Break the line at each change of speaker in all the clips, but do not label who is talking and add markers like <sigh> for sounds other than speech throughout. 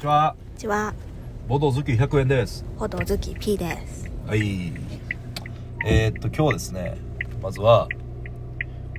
ちは
こんにちは、
ボドズキ100円です
ほどずき P です。
はいえー、っと今日はですねまずは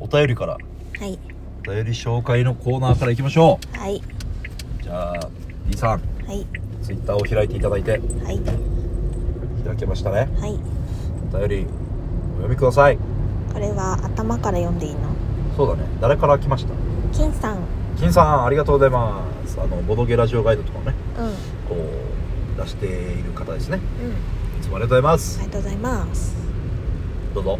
お便りから
はい、
お便り紹介のコーナーからいきましょ
はい、
うじゃあ B さん
はい、
ツイッターを開いていただいて
はい、
開けましたね
はい。
お便りお読みください
これは頭から読んでいいの
そうだね誰から来ました
金さん、うん、
金さんありがとうございますあのボドゲラジオガイドとかをねこう出している方ですね
うん、
いつもありがとうございま
あ
す
りがとうございます。
どうぞ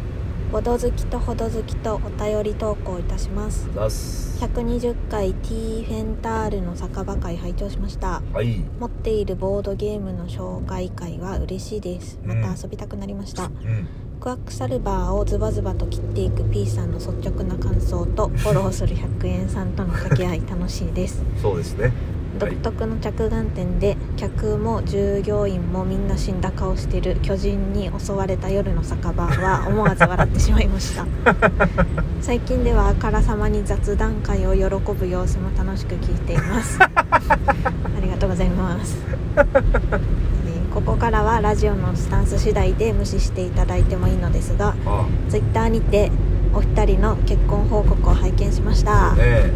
ほどずきとほどずきとお便り投稿いたします。
ざっす
120回 T フェンタールの酒場会拝聴しました。
はい
持っているボードゲームの紹介会は嬉しいです。また遊びたくなりました。
うん
クワックサルバーをズバズバと切っていく P さんの率直な感想とフォローする100円さんとの掛け合い楽しいです
そうですねは
独
い
特の着眼点で客も従業員もみんな死んだ顔してる巨人に襲われた夜の酒場は思わず笑ってしまいました最近ではあからさまに雑談会を喜ぶ様子も楽しく聞いていますありがとうございますえーここからはラジオのスタンス次第で無視していただいてもいいのですが
あ
ツイッターにてお二人の結婚報告を拝見しました
あねえ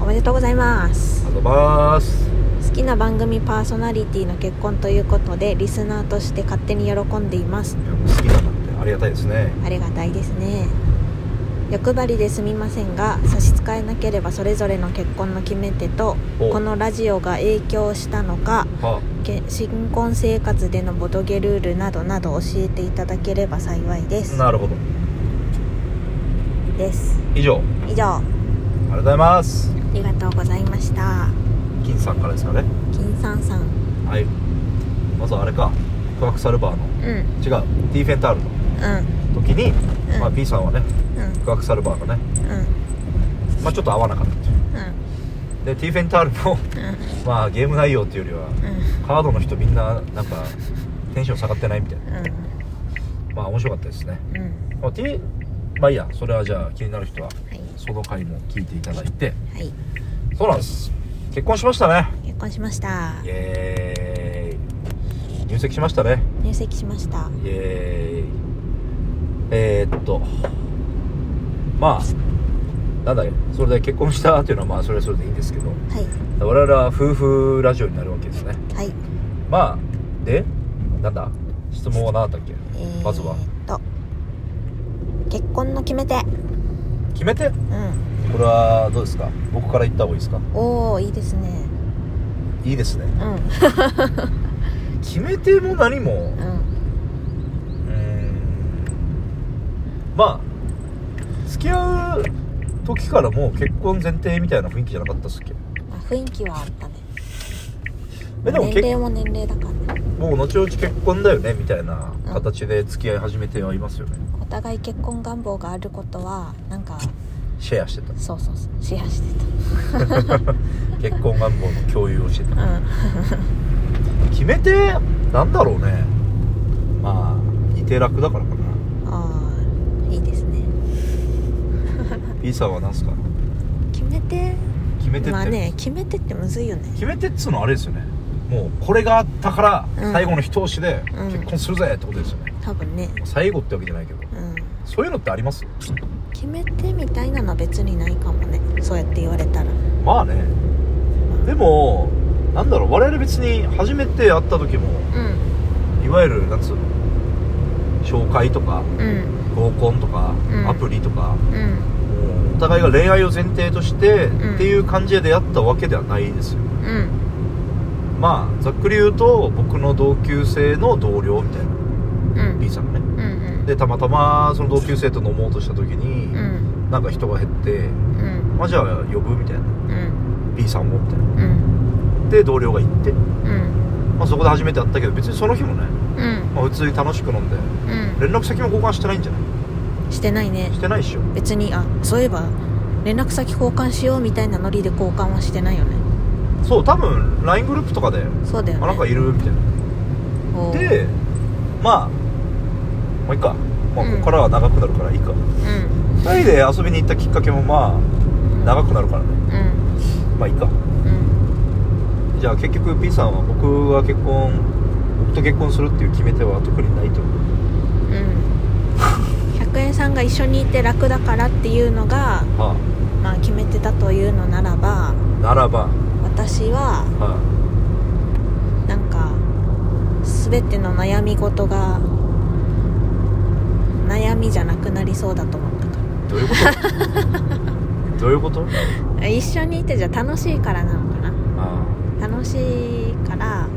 おめでとうございます
あざます
好きな番組パーソナリティの結婚ということでリスナーとして勝手に喜んでいます
いやもう好きなんだってありがたいですね
ありがたいですね欲張りですみませんが差し支えなければそれぞれの結婚の決め手と
お
このラジオが影響したのか
は
け新婚生活でのボドゲルールなどなど教えていただければ幸いで
あ
す
なるほど
です
以上あ
以上あ
りがとうございます
りがとうございました
金さんからですかね
金さんさん
はいまずあれかクワクサルバーの
うん
違
うん
うティーフェンタールの時に、
うん
まあ、B さんはね
うん
クワクサルバーがね、
うん
まあ、ちょっと合わなかったっていう
う
でティーフェンタールも <laughs>
んうん
まあゲーム内容っていうよりはカードの人みんななんかテンション下がってないみたいな
う
まあ面白かったですね、
んうん
まあ、ティーまあいいやそれはじゃあ気になる人は
はい
その回も聞いていただいて
はい
そうなんです結婚しましたね
結婚しました
イエーイ入籍しましたね
入籍しました
イエーイえー、っとまあなんだっけそれで結婚したっていうのはまあそれはそれでいいんですけど
はい
我々は夫婦ラジオになるわけですね
はい
まあでなんだ質問は何だったっけ、
えー、
まずは
えっと結婚の決め手
決めて
うん
これはどうですか僕から言った方がいいですか
おおいいですね
いいですね
うん
決め手も何も
うん
うーんまあ付き合う時からもう結婚前提みたいな雰囲気じゃなかったっすっけ
まあ雰囲気はあったね
えでも
年齢
結
も年齢だからね
もう後々結婚だよねみたいな形で付き合い始めてはいますよね
お互い結婚願望があることはなんか
シェアしてた
そうそうそうシェアして
結婚願望の共有をして
た
た
うん
決め手なんだろうねまあ似て楽だからかな
ああいいですね
B さんは何すか
決め手
決め手って、
まあね決め手ってむずいよね
決め手っつうのはあれですよねもうこれがあったから
うん
最後の一押しで
うん
結婚するぜってことですよね、
多分ね
最後ってわけじゃないけど
うん
そういうのってあります
決め手みたいなのは別にないかもねそうやって言われたら
まあねでもなんだろう我々別に初めて会った時も
うん
いわゆるなんつうの紹介とか
うん
合コンとか、
うん
アプリとか
うん
もうお互いが恋愛を前提として、
ん
っていう感じで出会ったわけではないですよ
うん
まあざっくり言うと僕の同級生の同僚みたいな
うん
B さんがね
うんうん
でたまたまその同級生と飲もうとした時に、
うん
なんか人が減って
うん
まあじゃあ呼ぶみたいな
うん
B さんもみたいな
うんうん
で同僚が行って、
うん
まあ、そこで初めて会ったけど別にその日もね、
うん
まあ、普通に楽しく飲んで
う
連絡先も交換してないんじゃない
んしてないね
してないっしょ
別にあそういえば連絡先交換しようみたいなノリで交換はしてないよね
そう多分 LINE グループとかで
そうだよ
あ
ね
なんかいるみたいな
おー
でまあまあいいか、まあ、
うん
ここからは長くなるからいいか、
うん
2人で遊びに行ったきっかけもまあ長くなるからね
うん
まあいいか
うん
じゃあ結局 P さんは僕は結婚僕と結婚するっていう決め手は特にないと
うん100円 <laughs> さんが一緒にいて楽だからっていうのが、
は
まあ、決め手だというのなら
あ
ば
ならば
私は
は
なんか全ての悩み事が悩みじゃなくなりそうだと思ったか
あどういうことどういうこと
ら一緒にいてじゃ楽しいからなのかな
あ
楽しいから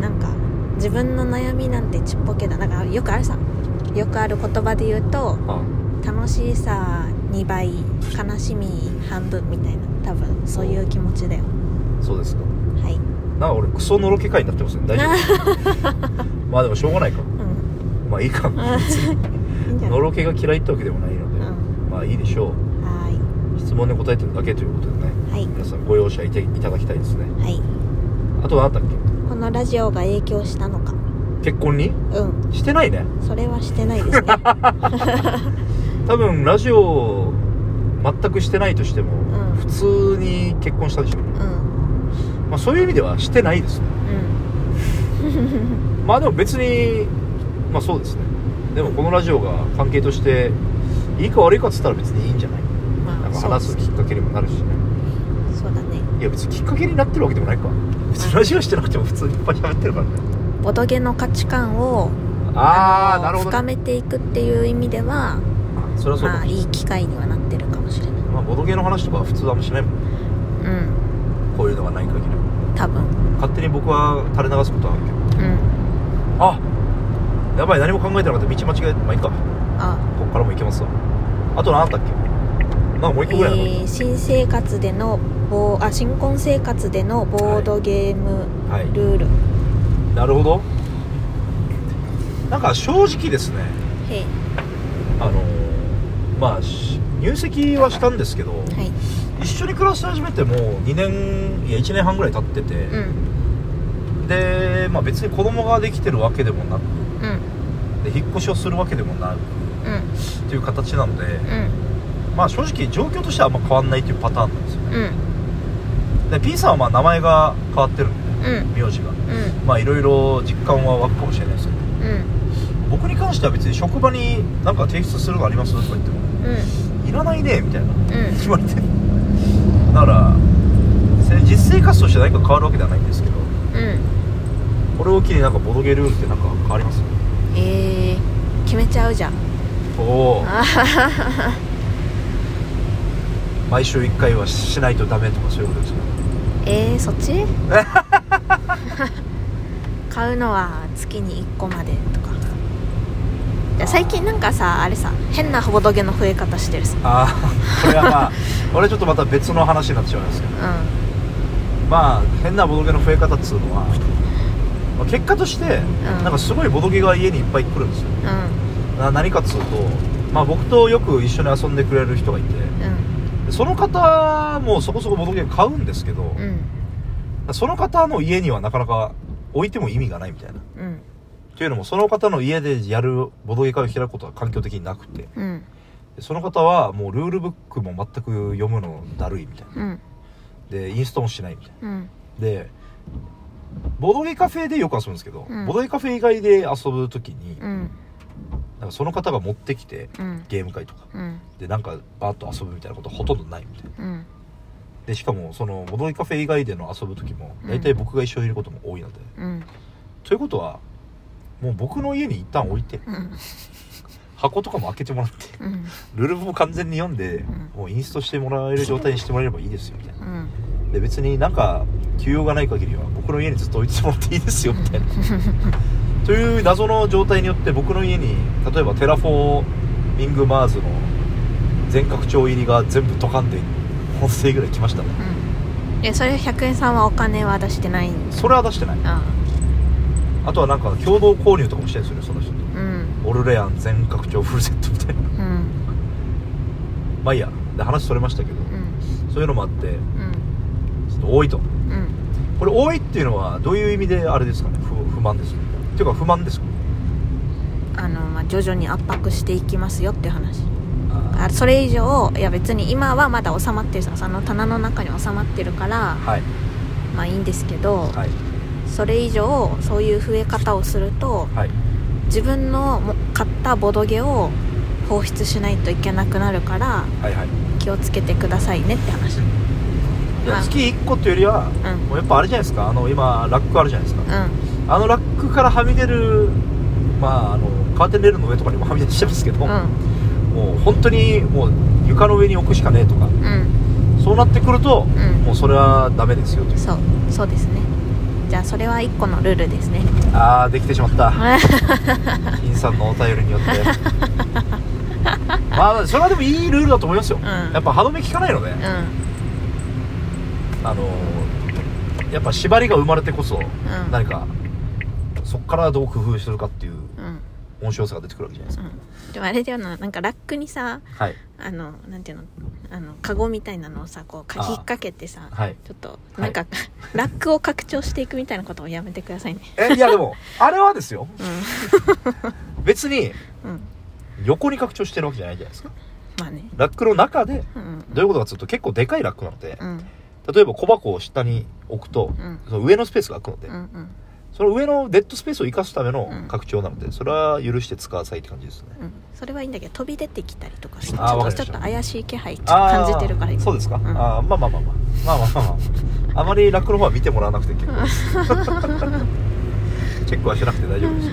なんか自分の悩みなんてちっぽけだだからよくあるさよくある言葉で言うと
あは
楽しさ2倍悲しみ半分みたいな多分そういう気持ちだよ
あそうですか
はい、
なんか俺クソのろけ会になってますね大丈夫まあでもしょうがないか
<laughs> うん、
まあいいか
いいんじゃな
の
い
ろけが嫌いってわけでもないので、
う
まあいいでしょ
んは
う質問に答えてるだけということでね
ーいはい
皆さんご容赦いていただきたいですね
はい
あとはあったっけ
このラジオが影響したのか
結婚に
うん
してないね
それはしてな
<laughs>
いですね
多分ラジオ全くしてないとしても、
うん
普通に結婚したでしょ、
うん
まあ、そういう意味ではしてないですね
うん
まあでも別にまあそうですねでもこのラジオが関係としていいか悪いかっつったら別にいいんじゃない
ま
な
あ
んか
そう
話すきっかけにもなるしね
そうだね
いや別にきっかけになってるわけでもないか別にラジオしてなくても普通にいっぱい喋ってるからね
ボドゲの価値観を
ああ
の
なるほど
深めていくっていう意味では
あそれはそうか
まあいい機会にはなってるかもしれない
まあボドゲの話とかは普通はあんましないもん
うん
こういうのがない限り
多分
勝手に僕は垂れ流すことはあるけど
うん
あやばい何も考えてなかった道間違えてまあいいかこ
あ
っからも行けますわあと何あったっけなんかもう
え
一個ぐらいなかっ
ー新生活でのボーあ新婚生活でのボードゲーム
たはい
ルール、
なるほどなんか正直ですね
へい
あのーまあし入籍はしたんですけど
はい
一緒に暮らし始めてもう2年いや1年半ぐらい経ってて、
うん
で、まあ、別に子供ができてるわけでもなく
うん
で引っ越しをするわけでもなく
うん
っていう形なので、
うん
まあ正直状況としてはあんま変わんないっていうパターンなんですよね
うん
で P さんはまあ名前が変わってるんで、
うん
名字が
うん
まあいろいろ実感は湧くかもしれないですけど
うん
僕に関しては別に職場に何か提出するのありますとか言っても
うん
いらないねみたいな
う
言われてだからせ実生活として何か変わるわけではないんですけど
んうん
これを機になんかボドゲルールってなんか変わります
えー、決めちゃうじゃん
おお毎週1回はしないとダメとかそういうことですか
えー、そっち買うのは月に1個までとかいや最近なんかさあれさ変なボドゲの増え方してるさ
ああ <laughs> これはまあこれちょっとまた別の話になってしまいますけど
う
まあ変なボドゲの増え方っつうのは、まあ結果として、なんかすごいボドゲが家にいっぱい来るんですよ
んうん
な何かっつうと、まあ、僕とよく一緒に遊んでくれる人がいてでその方もそこそこボドゲ買うんですけど、
うんうん
その方の家にはなかなか置いても意味がないみたいな。
うん
というのも、その方の家でやるボドゲ会を開くことは環境的になくて、
うん
でその方はもうルールブックも全く読むのだるいみたいな。
うん
で、インストもしないみたい
うん
な。で、ボドゲカフェでよく遊ぶんですけど、
うん
ボドゲカフェ以外で遊ぶときに、
うん
なんかその方が持ってきて、
うん
ゲーム会とか、
うん
で、なんかバーッと遊ぶみたいなことはほとんどないみたいな。
うん
で、しかも、その、ボドゲカフェ以外での遊ぶときも、
うん
大体僕が一緒にいることも多いので、
うん
ということは、もう僕の家に一旦置いて、
うん
箱とかも開けてもらって
うん
ルールも完全に読んで、もうインストしてもらえる状態にしてもらえればいいですよみたいな
うん
で別になんか休養がない限りは僕の家にずっと置いてもらっていいですよみたいなという謎の状態によって僕の家に例えばテラフォーミングマーズの全拡張入りが全部ドカンで本性ぐらい来ましたね
うんえそれ100円さんはお金は出してないん
それは出してない
あ
あとはなんか共同購入とかもしてるんですよねその人と
あうん
オルレアン全拡張フルセットみたいな
うん
まあいいやで話それましたけど
うん
そういうのもあって
うん
ちょっと多いと
うん
これ多いっていうのはどういう意味であれですかね不不満ですかっていうか不満ですか
あの、まあ、徐々に圧迫していきますよっていう話あそれ以上いや別に今はまだ収まってるさその棚の中に収まってるから
はい
まあいいんですけど、
はい
それ以上そういう増え方をすると
はい
自分のも買ったボドゲを放出しないといけなくなるから
はいはい
気をつけてくださいねって話うん
いや
はい
月1個っていうよりは
うん
もうやっぱあれじゃないですかあの今ラックあるじゃないですかあのラックからはみ出るまああのカーテンレールの上とかにもはみ出してますけど、
うん
もう本当にもう床の上に置くしかねえとか
うん
そうなってくると、
うん
もうそれはダメですよという
そうそうですねじゃあそれは1個のルールですね
ああできてしまった
<laughs>
金さんのお便りによってまあそれはでもいいルールだと思いますよ、
ん
やっぱ歯止め効かないので、
うん
あのーやっぱ縛りが生まれてこそ、
ん
何かそこからどう工夫するかっていう
うん
面白さが出てくるわけじゃないです
う
か、
んでもあれだよななんかラックにさ
はい
あのなんていうのあのカゴみたいなのをさこうか
あー
引っ掛けてさ
はい
ちょっと
い
なんか、 <laughs> ラックを拡張していくみたいなことをやめてくださいね
えいやでも <laughs> あれはですよ
う
別に
ん、うん、
横に拡張してるわけじゃないじゃないですか
まあね
ラックの中で
うん
どういうことかというと結構でかいラックなので
うん
例えば小箱を下に置くと、
うん
その上のスペースが空くので、
うんうん
その上のデッドスペースを生かすための
うん
拡張なので、それは許して使わさいって感じですね
うんそれはいいんだけど飛び出てきたりとかさち
あー
ょ
わ
っ
か
と
り
ち
ました
ょっと怪しい気配
あ
感
ー
じてるから今
そうですか、
ん
ああまあまあまあまあまあまあまあまああまり楽の方は見てもらわなくて結
<laughs>
構ですチェックはしなくて大丈夫ですよ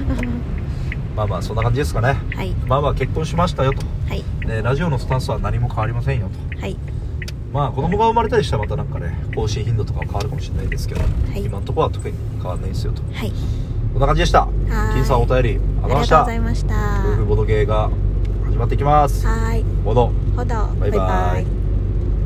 まあまあそんな感じですかね
はい
まあまあ結婚しましたよと
はい
でラジオのスタンスは何も変わりませんよと
はい
まあ子供が生まれたりしたらまたなんかね更新頻度とかは変わるかもしれないですけど、
い
今のところは特に変わらないですよとこ
はい
んな感じでした
ーい
金さんお便りありがとう
あ
ご
り
ざいま
が
し
とう
た
ございました
夫婦ボドゲーが始まっていきます
はーい
ボド
ほど
バイバイ
バイバイ